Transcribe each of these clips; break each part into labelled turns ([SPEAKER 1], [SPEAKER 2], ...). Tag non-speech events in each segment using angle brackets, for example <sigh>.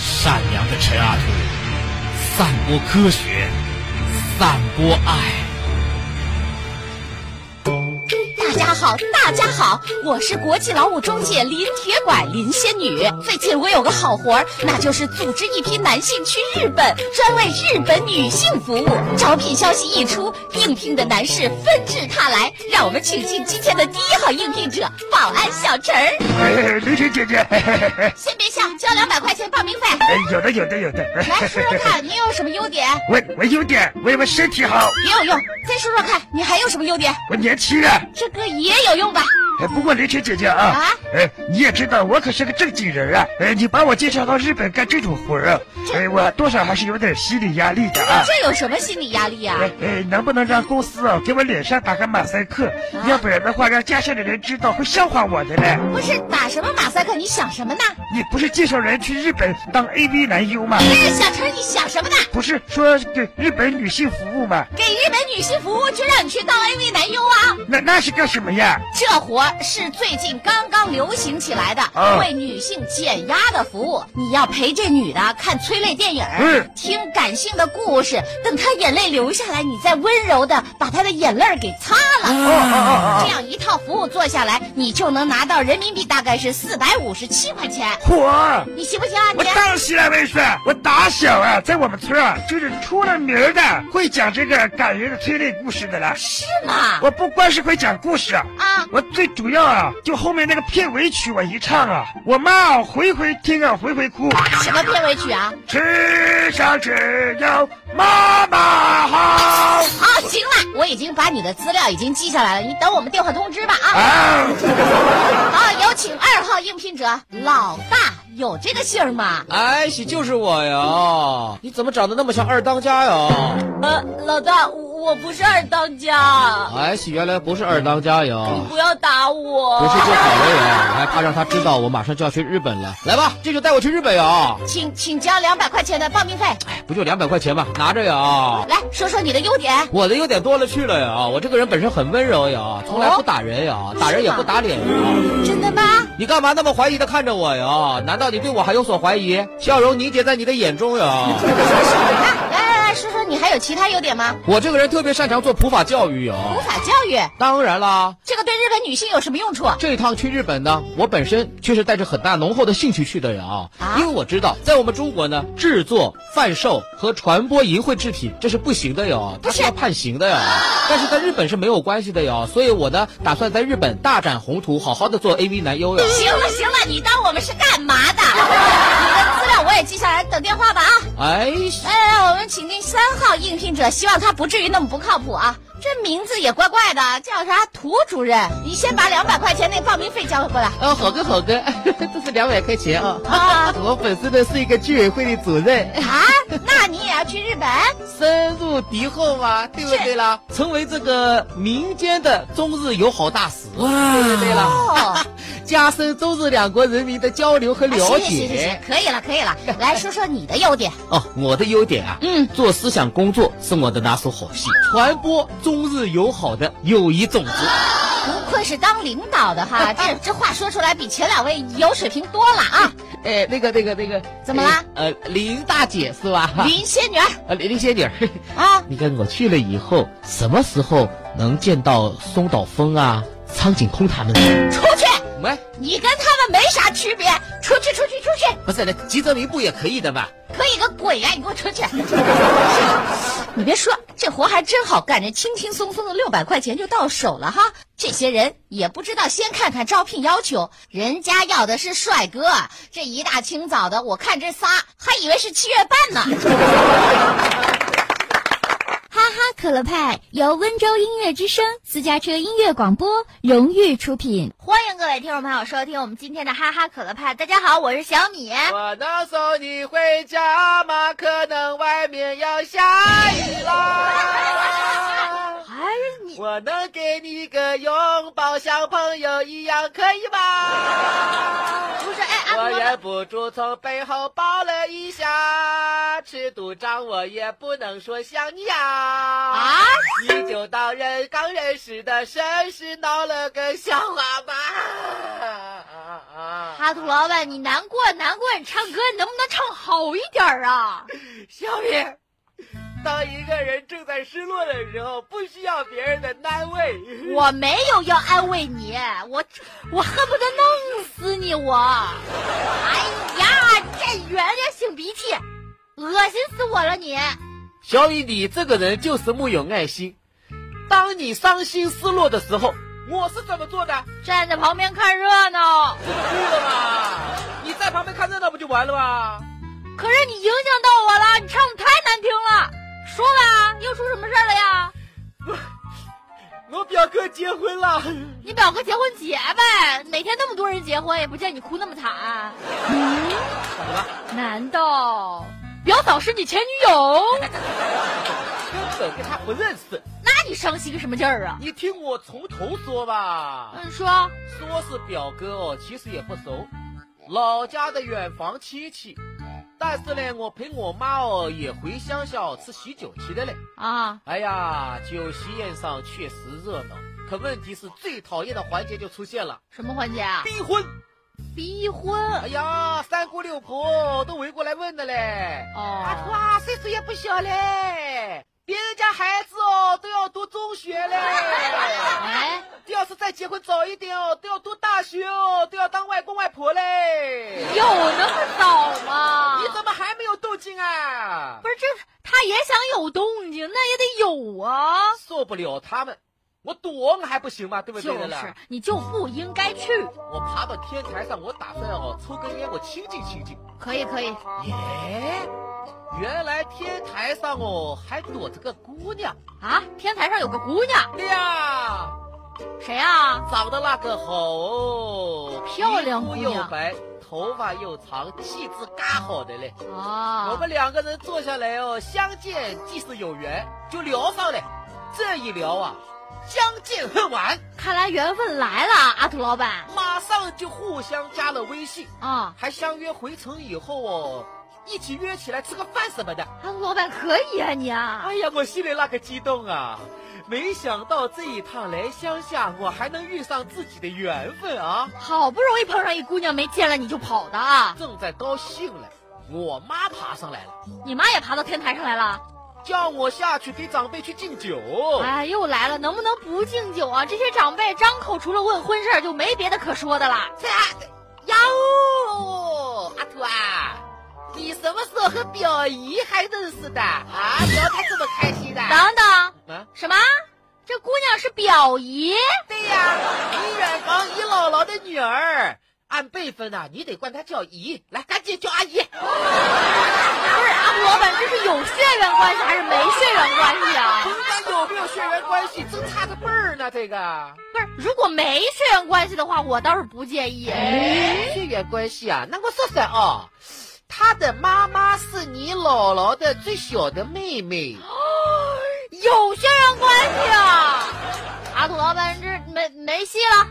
[SPEAKER 1] 善良的陈阿土，散播科学，散播爱。
[SPEAKER 2] 大家好，大家好，我是国际劳务中介林铁拐林仙女。最近我有个好活儿，那就是组织一批男性去日本，专为日本女性服务。招聘消息一出，应聘的男士纷至沓来，让我们请进今天的第一号应聘者——保安小陈儿。
[SPEAKER 3] 哎，刘婷姐姐，嘿嘿嘿
[SPEAKER 2] 先别笑，交两百块钱报名费。
[SPEAKER 3] 哎有的有的有的。
[SPEAKER 2] 来说说看，你有什么优点？
[SPEAKER 3] 我我有点，我我身体好，
[SPEAKER 2] 也有用。再说说看，你还有什么优点？
[SPEAKER 3] 我年轻啊。
[SPEAKER 2] 这个也有用吧？
[SPEAKER 3] 哎，不过刘婷姐姐啊
[SPEAKER 2] 啊，
[SPEAKER 3] 哎，你也知道我可是个正经人啊。哎，你把我介绍到日本干这种活儿啊，哎，我多少还是有点心理压力的啊。
[SPEAKER 2] 这有什么心理压力呀、
[SPEAKER 3] 哎哎，能不能让公司啊给我脸上打个马赛克？要不然的话，让家乡的人知道会笑话我的嘞。
[SPEAKER 2] 不是打什么马赛克？你想什么呢？
[SPEAKER 3] 你不是介绍人去日本当 AV 男优吗？
[SPEAKER 2] 不是哎小陈，你想什么呢？
[SPEAKER 3] 不是说给日本女性服务吗？
[SPEAKER 2] 给日本女性服务，就让你去当 AV 男优啊！
[SPEAKER 3] 那那是干什么呀？
[SPEAKER 2] 这活儿是最近刚刚流行起来的，
[SPEAKER 3] 啊
[SPEAKER 2] 为女性减压的服务。你要陪这女的看催泪电影儿，
[SPEAKER 3] 嗯
[SPEAKER 2] 听感性的故事，等她眼泪流下来，你再温柔的把她的眼泪儿给擦了。
[SPEAKER 3] 啊
[SPEAKER 2] 这样一套服务做下来，你就能拿到人民币大概是四百五十七块钱。
[SPEAKER 3] 火！
[SPEAKER 2] 你行不行啊？
[SPEAKER 3] 我
[SPEAKER 2] 你
[SPEAKER 3] 当时来问说，我打小啊，在我们村啊，就是出了名儿的会讲这个感人的催泪故事的了。
[SPEAKER 2] 是吗？
[SPEAKER 3] 我不光是会讲故事啊，
[SPEAKER 2] 啊，
[SPEAKER 3] 我最主要啊，就后面那个片尾曲我一唱啊，我妈啊回回听啊，回回哭。
[SPEAKER 2] 什么片尾曲啊？
[SPEAKER 3] 世上只有妈妈好。
[SPEAKER 2] 好，啊行了，我已经把你的资料已经记下来了，你等我们电话通知吧啊。
[SPEAKER 3] 啊，
[SPEAKER 2] 好，有请二号应聘者老大，有这个姓儿吗？
[SPEAKER 4] 哎，喜就是我呀！你怎么长得那么像二当家呀？
[SPEAKER 2] 呃，老大，我不是二当家，
[SPEAKER 4] 哎，喜原来不是二当家呀，
[SPEAKER 2] 不要打我
[SPEAKER 4] 不是就好了呀，我还怕让他知道我马上就要去日本了。来吧，这就带我去日本呀！
[SPEAKER 2] <laughs> 请请交两百块钱的报名费，
[SPEAKER 4] 哎，不就两百块钱吗？拿着呀！
[SPEAKER 2] 来说说你的优点。
[SPEAKER 4] 我的优点多了去了呀，我这个人本身很温柔呀，从来不打人呀，打人也不打脸呀。
[SPEAKER 2] 真的吗？
[SPEAKER 4] 你干嘛那么怀疑的看着我呀？难道你对我还有所怀疑？笑容凝结在你的眼中呀。
[SPEAKER 2] 来来来，说说你还有其他优点吗？
[SPEAKER 4] 我这个人特别擅长做普法教育呀。
[SPEAKER 2] 普法教育，
[SPEAKER 4] 当然啦，
[SPEAKER 2] 这个对日本女性有什么用处？
[SPEAKER 4] 这一趟去日本呢，我本身却是带着很大浓厚的兴趣去的人啊，
[SPEAKER 2] 啊
[SPEAKER 4] 因为我知道在我们中国呢，制作、贩售和传播淫秽制品这是不行的哟，它
[SPEAKER 2] 不是
[SPEAKER 4] 是要判刑的哟。但是在日本是没有关系的哟，所以我呢打算在日本大展宏图，好好的做 AV 男优哟。
[SPEAKER 2] 行了行了，你当我们是干嘛的？ <laughs> 你的资料我也记下来，等电话吧啊。
[SPEAKER 4] 哎，
[SPEAKER 2] 来来，我们请进三号应聘者，希望他不至于那么不靠谱啊。这名字也怪怪的，叫啥涂主任？你先把两百块钱那报名费交过来
[SPEAKER 4] 哦，好哥好哥， <laughs> 这是两百块钱啊。
[SPEAKER 2] 啊
[SPEAKER 4] <laughs> 我本身呢是一个居委会的主任，
[SPEAKER 2] 啊！那你也要去日本？
[SPEAKER 4] 深入敌后嘛，对不
[SPEAKER 2] 对
[SPEAKER 4] 啦？成为这个民间的中日友好大使，对不对啦？
[SPEAKER 2] 哦，
[SPEAKER 4] 加深中日两国人民的交流和了
[SPEAKER 2] 行行行
[SPEAKER 4] 解
[SPEAKER 2] 行。，可以了可以了，来说说你的优点。
[SPEAKER 4] 哦，我的优点啊，
[SPEAKER 2] 嗯，
[SPEAKER 4] 做思想工作是我的拿手好戏，传播中日友好的友谊种子。
[SPEAKER 2] 不愧是当领导的哈，这这话说出来比前两位有水平多了啊！
[SPEAKER 4] <laughs> 哎，那个那个那个，
[SPEAKER 2] 怎么啦
[SPEAKER 4] 呃，林大姐是吧？
[SPEAKER 2] 林仙女儿
[SPEAKER 4] <laughs> 呃林林仙女儿， <laughs>
[SPEAKER 2] 啊，
[SPEAKER 4] 你看我去了以后，什么时候能见到松岛枫啊、苍井空他们？
[SPEAKER 2] 出去！
[SPEAKER 4] 喂，
[SPEAKER 2] 你跟他们没啥区别，出去出去出去！
[SPEAKER 4] 不是，那吉泽明步也可以的吧？
[SPEAKER 2] 可以个鬼
[SPEAKER 5] 啊
[SPEAKER 2] 呀、你给我出去！ <laughs> 你别说，这活还真好干，这轻轻松松的六百块钱就到手了哈。这些人也不知道先看看招聘要求，人家要的是帅哥，这一大清早的，我看这仨还以为是七月半呢。
[SPEAKER 6] <laughs> 哈哈可乐派由温州音乐之声私家车音乐广播荣誉出品。
[SPEAKER 5] 欢迎各位听众朋友收听我们今天的哈哈可乐派。大家好，我是小米。
[SPEAKER 4] 我能送你回家吗？可能外面要下雨啦。
[SPEAKER 5] 哎，你
[SPEAKER 4] 我能给你个拥抱，像朋友一样，可以吗？
[SPEAKER 5] 不是哎，
[SPEAKER 4] 我
[SPEAKER 5] 阿哥，
[SPEAKER 4] 忍不住从背后抱了一下，尺度长我也不能说想你啊。
[SPEAKER 5] 啊，
[SPEAKER 4] 你就当人刚认识的绅士闹了个笑话吧。啊！
[SPEAKER 2] 哈土老板，你难过难过，你唱歌你能不能唱好一点儿啊？
[SPEAKER 4] 小米，当一个人正在失落的时候，不需要别人的安慰。
[SPEAKER 2] 我没有要安慰你，我我恨不得弄死你我！哎呀，这圆圆擤鼻涕，恶心死我了你！
[SPEAKER 4] 小米，你这个人就是木有爱心。当你伤心失落的时候，我是怎么做的？
[SPEAKER 2] 站在旁边看热闹，
[SPEAKER 4] 这不哭了吗？你在旁边看热闹不就完了吗？
[SPEAKER 2] 可是你影响到我了，你唱的太难听了。说吧，又出什么事儿了呀？
[SPEAKER 4] 我表哥结婚了，
[SPEAKER 2] 你表哥结婚结呗，每天那么多人结婚，也不见你哭那么惨。
[SPEAKER 4] 怎么了？
[SPEAKER 2] 难道表嫂是你前女友？
[SPEAKER 4] 根本跟他不认识。
[SPEAKER 2] 那你伤心什么劲儿啊？
[SPEAKER 4] 你听我从头说吧。
[SPEAKER 2] 嗯，说
[SPEAKER 4] 说是表哥哦，其实也不熟，老家的远房亲戚。但是呢，我陪我妈哦也回乡下哦吃喜酒去了嘞。
[SPEAKER 2] 啊，
[SPEAKER 4] 哎呀，酒席宴上确实热闹，可问题是最讨厌的环节就出现了，
[SPEAKER 2] 什么环节啊？
[SPEAKER 4] 逼婚。
[SPEAKER 2] 逼婚
[SPEAKER 4] 哎呀，三姑六婆都围过来问的嘞。阿
[SPEAKER 2] 哦，
[SPEAKER 4] 哇，啊岁数也不小嘞，别人家孩子哦都要读中学嘞。 <laughs>
[SPEAKER 2] 哎，
[SPEAKER 4] 要是再结婚早一点哦，都要读大学哦，都要当外公外婆嘞。
[SPEAKER 2] 有那么早吗？
[SPEAKER 4] 你怎么还没有动静啊
[SPEAKER 2] 不？是这他也想有动静，那也得有啊。
[SPEAKER 4] 受不了他们，我躲我还不行吗？对不对
[SPEAKER 2] 就
[SPEAKER 4] 了？
[SPEAKER 2] 是你就不应该去。
[SPEAKER 4] 我爬到天台上，我打算哦抽根烟，我清静清静。
[SPEAKER 2] 可以可以，
[SPEAKER 4] 耶，原来天台上哦还躲着个姑娘。
[SPEAKER 2] 啊，天台上有个姑娘，
[SPEAKER 4] 对呀，
[SPEAKER 2] 谁啊？
[SPEAKER 4] 长得那个好哦，
[SPEAKER 2] 漂亮
[SPEAKER 4] 皮
[SPEAKER 2] 姑
[SPEAKER 4] 肤
[SPEAKER 2] 娘
[SPEAKER 4] 又白，头发又长，气质嘎好的嘞。我
[SPEAKER 2] 啊，
[SPEAKER 4] 们两个人坐下来哦，相见即是有缘，就聊上了。这一聊啊，相见恨晚，
[SPEAKER 2] 看来缘分来了，阿土老板
[SPEAKER 4] 马上就互相加了微信，
[SPEAKER 2] 啊，
[SPEAKER 4] 还相约回城以后哦，一起约起来吃个饭什么的。
[SPEAKER 2] 阿土老板可以啊你啊，
[SPEAKER 4] 哎呀，我心里那个激动啊！没想到这一趟来乡下，我还能遇上自己的缘分啊！
[SPEAKER 2] 好不容易碰上一姑娘没见了你就跑的啊，
[SPEAKER 4] 正在高兴嘞，我妈爬上来了，
[SPEAKER 2] 你妈也爬到天台上来了，
[SPEAKER 4] 叫我下去给长辈去敬酒。
[SPEAKER 2] 哎又来了，能不能不敬酒啊？这些长辈张口除了问婚事儿就没别的可说的了。
[SPEAKER 4] 呀哦，阿土啊，你什么时候和表姨还认识的啊？聊得这么开心的啊？
[SPEAKER 2] 等等，
[SPEAKER 4] 啊，
[SPEAKER 2] 什么？这姑娘是表姨？
[SPEAKER 4] 对呀、你远房姨姥姥的女儿，按辈分呐、你得管她叫姨。来，赶紧叫阿姨。
[SPEAKER 2] 不是阿土老板，这是有血缘关系还是没血缘关系啊？
[SPEAKER 4] 甭管有没有血缘关系，这差个辈儿呢。这个
[SPEAKER 2] 不是，如果没血缘关系的话，我倒是不介意。
[SPEAKER 4] 血缘关系啊，那我说说啊，她的妈妈是你姥姥的最小的妹妹。
[SPEAKER 2] 有血缘关系啊！阿土老板，这没没戏了，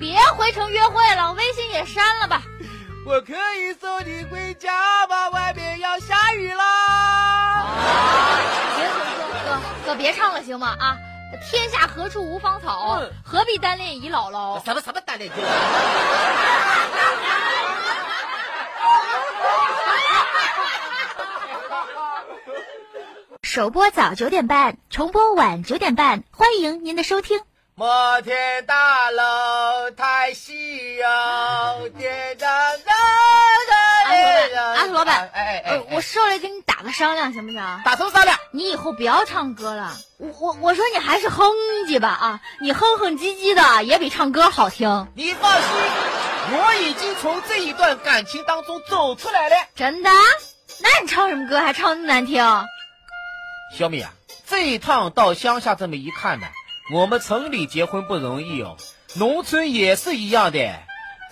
[SPEAKER 2] 别回城约会了，微信也删了吧。
[SPEAKER 4] 我可以送你回家吗？外面要下雨啦！
[SPEAKER 2] 别哥哥哥别唱了行吗？啊，天下何处无芳草
[SPEAKER 4] 嗯，
[SPEAKER 2] 何必单恋姨姥姥？
[SPEAKER 4] 什么什么单恋狗？
[SPEAKER 6] 首播早九点半，重播晚九点半，欢迎您的收听。
[SPEAKER 4] 摩天大楼太西洋，天上的
[SPEAKER 2] 阿土老板
[SPEAKER 4] 哎哎
[SPEAKER 2] 呃，我事儿来跟你打个商量，行不行？啊
[SPEAKER 4] 打什么商量？
[SPEAKER 2] 你以后不要唱歌了，我我我说你还是哼唧吧啊，你哼哼唧唧的也比唱歌好听，
[SPEAKER 4] 你放心，我已经从这一段感情当中走出来了。
[SPEAKER 2] 真的？那你唱什么歌还唱那么难听？
[SPEAKER 4] 小米啊，这一趟到乡下这么一看呢，我们城里结婚不容易哦，农村也是一样的。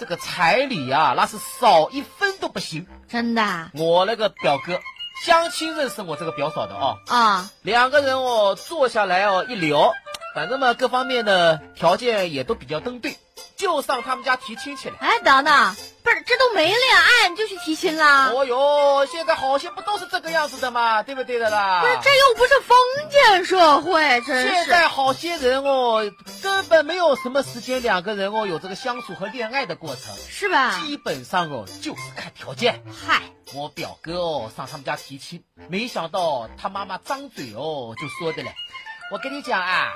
[SPEAKER 4] 这个彩礼啊，那是少一分都不行。
[SPEAKER 2] 真的啊
[SPEAKER 4] 我那个表哥相亲认识我这个表嫂的啊，
[SPEAKER 2] 啊？
[SPEAKER 4] 两个人哦坐下来哦一聊，反正嘛各方面的条件也都比较登对，就上他们家提亲去了。
[SPEAKER 2] 哎，等等，不是，这都没恋爱你就去提亲啦？
[SPEAKER 4] 哦哟，现在好些不都是这个样子的嘛，对不对的啦？
[SPEAKER 2] 不是，这又不是封建社会，真
[SPEAKER 4] 现
[SPEAKER 2] 是。
[SPEAKER 4] 在好些人哦，根本没有什么时间两个人哦有这个相处和恋爱的过程，
[SPEAKER 2] 是吧？
[SPEAKER 4] 基本上哦就是看条件。
[SPEAKER 2] 嗨，
[SPEAKER 4] 我表哥哦上他们家提亲，没想到他妈妈张嘴哦就说的嘞，我跟你讲啊，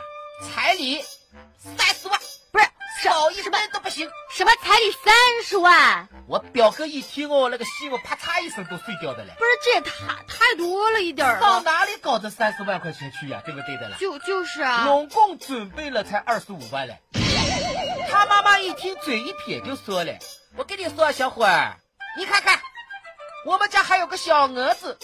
[SPEAKER 4] 彩礼三十万，
[SPEAKER 2] 不是
[SPEAKER 4] 少一分都不行。
[SPEAKER 2] 什么彩礼三十万，
[SPEAKER 4] 我表哥一听哦，那个心哦啪嚓一声都碎掉的嘞。
[SPEAKER 2] 不是这也太太多了一点儿
[SPEAKER 4] 上
[SPEAKER 2] 了。
[SPEAKER 4] 哪里搞这三十万块钱去呀、对不对的啦？
[SPEAKER 2] 就就是啊，
[SPEAKER 4] 拢共准备了才二十五万嘞。他妈妈一听，嘴一撇就说嘞：“我跟你说啊，小伙儿，你看看，我们家还有个小儿子，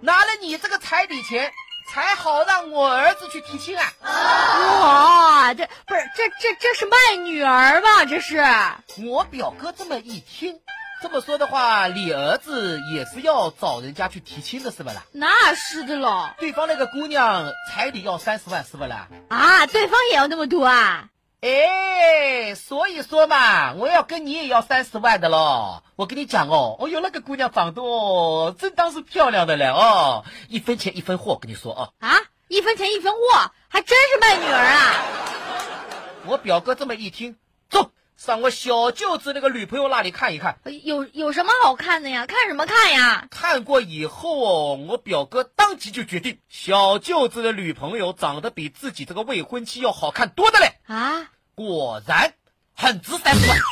[SPEAKER 4] 拿了你这个彩礼钱，才好让我儿子去提亲啊。
[SPEAKER 2] 哇，这不是这这这是卖女儿吧？这是，”
[SPEAKER 4] 我表哥这么一听，这么说的话，李儿子也是要找人家去提亲的，是不啦？
[SPEAKER 2] 那是的喽。
[SPEAKER 4] 对方那个姑娘彩礼要三十万，是不啦？
[SPEAKER 2] 啊，对方也要那么多啊？
[SPEAKER 4] 哎，所以说嘛，我要跟你也要三十万的喽。我跟你讲哦，哦哟，那个姑娘长得哦，真当是漂亮的嘞哦，一分钱一分货，我跟你说啊，
[SPEAKER 2] 啊，一分钱一分货，还真是卖女儿啊！
[SPEAKER 4] 我表哥这么一听，走，上我小舅子那个女朋友那里看一看。
[SPEAKER 2] 有有什么好看的呀？看什么看呀？
[SPEAKER 4] 看过以后哦，我表哥当即就决定，小舅子的女朋友长得比自己这个未婚妻要好看多的嘞，
[SPEAKER 2] 啊，
[SPEAKER 4] 果然很值三十万。
[SPEAKER 2] 不是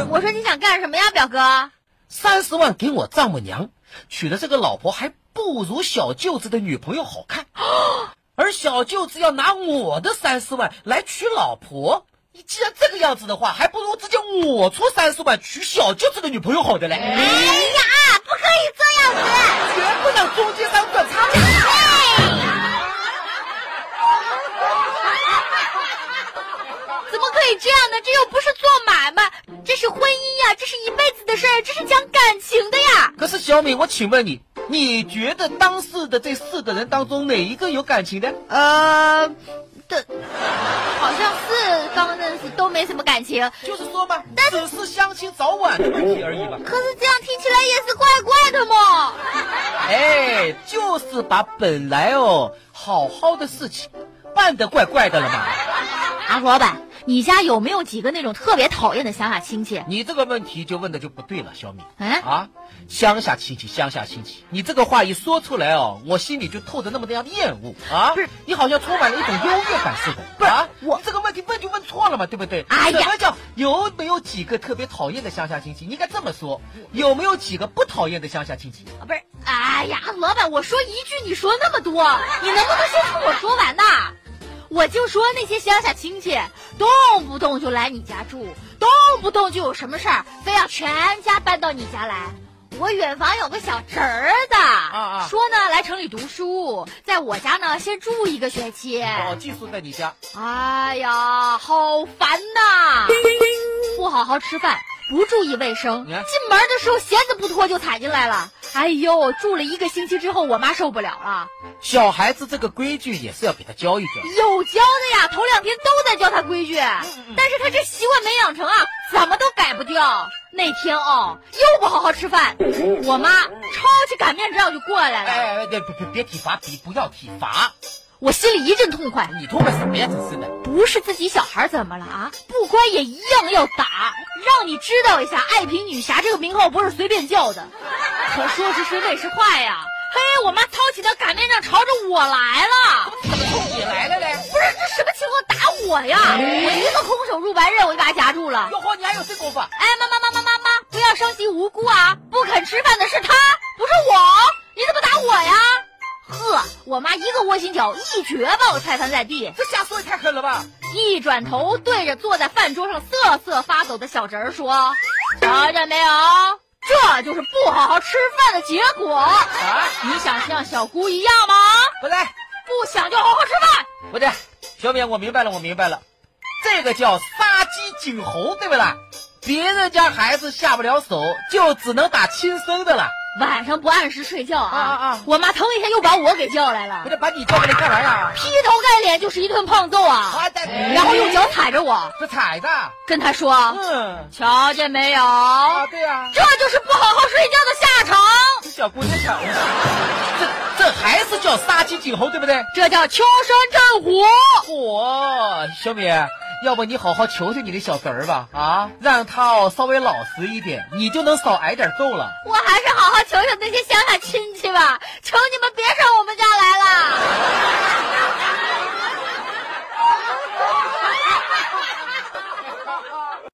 [SPEAKER 2] 我，我说你想干什么呀，表哥？
[SPEAKER 4] 三十万给我丈母娘，娶了这个老婆还不如小舅子的女朋友好看，而小舅子要拿我的三十万来娶老婆，你既然这个样子的话，还不如直接我出三十万娶小舅子的女朋友好的嘞，
[SPEAKER 2] 呀，不可以这样子！
[SPEAKER 4] 绝不能中间商赚差价。
[SPEAKER 2] <laughs> 怎么可以这样呢？这又不是做买卖，这是婚姻呀，这是一辈子的事儿，这是讲感情的呀。
[SPEAKER 4] 可是小敏，我请问你，你觉得当事的这四个人当中哪一个有感情的？啊
[SPEAKER 2] 呃，对，好像是刚认识都没什么感情，
[SPEAKER 4] 就是说嘛，只是相亲早晚的问题而已嘛。
[SPEAKER 2] 可是这样听起来也是怪怪的 <laughs> 嘛。
[SPEAKER 4] 哎，就是把本来哦好好的事情办得怪怪的了嘛。
[SPEAKER 2] 啊，老板，你家有没有几个那种特别讨厌的乡下亲戚？
[SPEAKER 4] 你这个问题就问的就不对了，小米
[SPEAKER 2] 哎，
[SPEAKER 4] 啊，乡下亲戚，乡下亲戚，你这个话一说出来哦，我心里就透着那么样的厌恶啊
[SPEAKER 2] 不是。
[SPEAKER 4] 你好像充满了一种优越感似的。
[SPEAKER 2] 不是
[SPEAKER 4] 啊，
[SPEAKER 2] 我
[SPEAKER 4] 你这个问题问就问错了嘛，对不对？
[SPEAKER 2] 哎呀
[SPEAKER 4] 什么叫有没有几个特别讨厌的乡下亲戚？你应该这么说，有没有几个不讨厌的乡下亲戚？
[SPEAKER 2] 啊不是，哎呀，老板，我说一句，你说那么多，
[SPEAKER 4] <laughs>
[SPEAKER 2] 你能不能先听我说完呐？我就说那些乡下亲戚，动不动就来你家住，动不动就有什么事儿，非要全家搬到你家来。我远房有个小侄儿子，
[SPEAKER 4] 啊
[SPEAKER 2] 说呢来城里读书，在我家呢先住一个学期。
[SPEAKER 4] 哦，寄宿在你家，
[SPEAKER 2] 哎呀，好烦
[SPEAKER 4] <laughs>
[SPEAKER 2] 呐！不好好吃饭，不注意卫生，
[SPEAKER 4] 你看
[SPEAKER 2] 进门的时候鞋子不脱就踩进来了。哎呦，住了一个星期之后，我妈受不了了，
[SPEAKER 4] 小孩子这个规矩也是要给他教一教。
[SPEAKER 2] 有教的呀，头两天都在教她规矩，
[SPEAKER 4] 嗯
[SPEAKER 2] 但是她这习惯没养成啊，怎么都改不掉。那天哦，又不好好吃饭，我妈抄起擀面杖就过来了，
[SPEAKER 4] 嗯哎，别别别别体罚，别不要体罚，
[SPEAKER 2] 我心里一阵痛快，
[SPEAKER 4] 你痛快什么呀？真是的，
[SPEAKER 2] 不是自己小孩怎么了啊？不乖也一样要打，让你知道一下，爱萍女侠这个名号不是随便叫的。可说时迟，那时快呀！嘿，我妈操起那擀面杖朝着我来了，
[SPEAKER 4] 你来了嘞！
[SPEAKER 2] 不是这什么情况打我呀？我一个空手入白刃，我就把她夹住了。
[SPEAKER 4] 哟呵，你还有这功夫啊？
[SPEAKER 2] 哎，妈妈妈妈妈妈，不要伤及无辜啊！不肯吃饭的是他，不是我，你怎么打我呀？呵，我妈一个窝心脚，一脚把我踹翻在地。
[SPEAKER 4] 这下说也太狠了吧！
[SPEAKER 2] 一转头对着坐在饭桌上瑟瑟发抖的小侄儿说：“瞧见没有，这就是不好好吃饭的结果。
[SPEAKER 4] 啊，
[SPEAKER 2] 你想像小姑一样吗？
[SPEAKER 4] 不对，
[SPEAKER 2] 不想就好好吃饭。
[SPEAKER 4] 不对，小敏，我明白了，我明白了，这个叫杀鸡儆猴，对不啦？别人家孩子下不了手，就只能打亲生的了。
[SPEAKER 2] 晚上不按时睡觉啊！
[SPEAKER 4] 啊啊啊
[SPEAKER 2] 我妈腾一下又把我给叫来了
[SPEAKER 4] 不，是把你叫过来干啥呀？
[SPEAKER 2] 劈头盖脸就是一顿胖揍啊！
[SPEAKER 4] 我的，
[SPEAKER 2] 然后用脚踩着我，
[SPEAKER 4] 是踩的。
[SPEAKER 2] 跟她说
[SPEAKER 4] 嗯：“
[SPEAKER 2] 瞧见没有，
[SPEAKER 4] 啊，对呀、
[SPEAKER 2] 这就是不好好睡觉的下场，
[SPEAKER 4] 这小姑娘想的，这这还是叫杀鸡儆猴，对不对？
[SPEAKER 2] 这叫秋山战虎。”
[SPEAKER 4] 嚯，小米，要不你好好求求你的小侄儿吧，啊，让他哦稍微老实一点，你就能少挨点揍了。
[SPEAKER 2] 我还是好好求求那些乡下亲戚吧。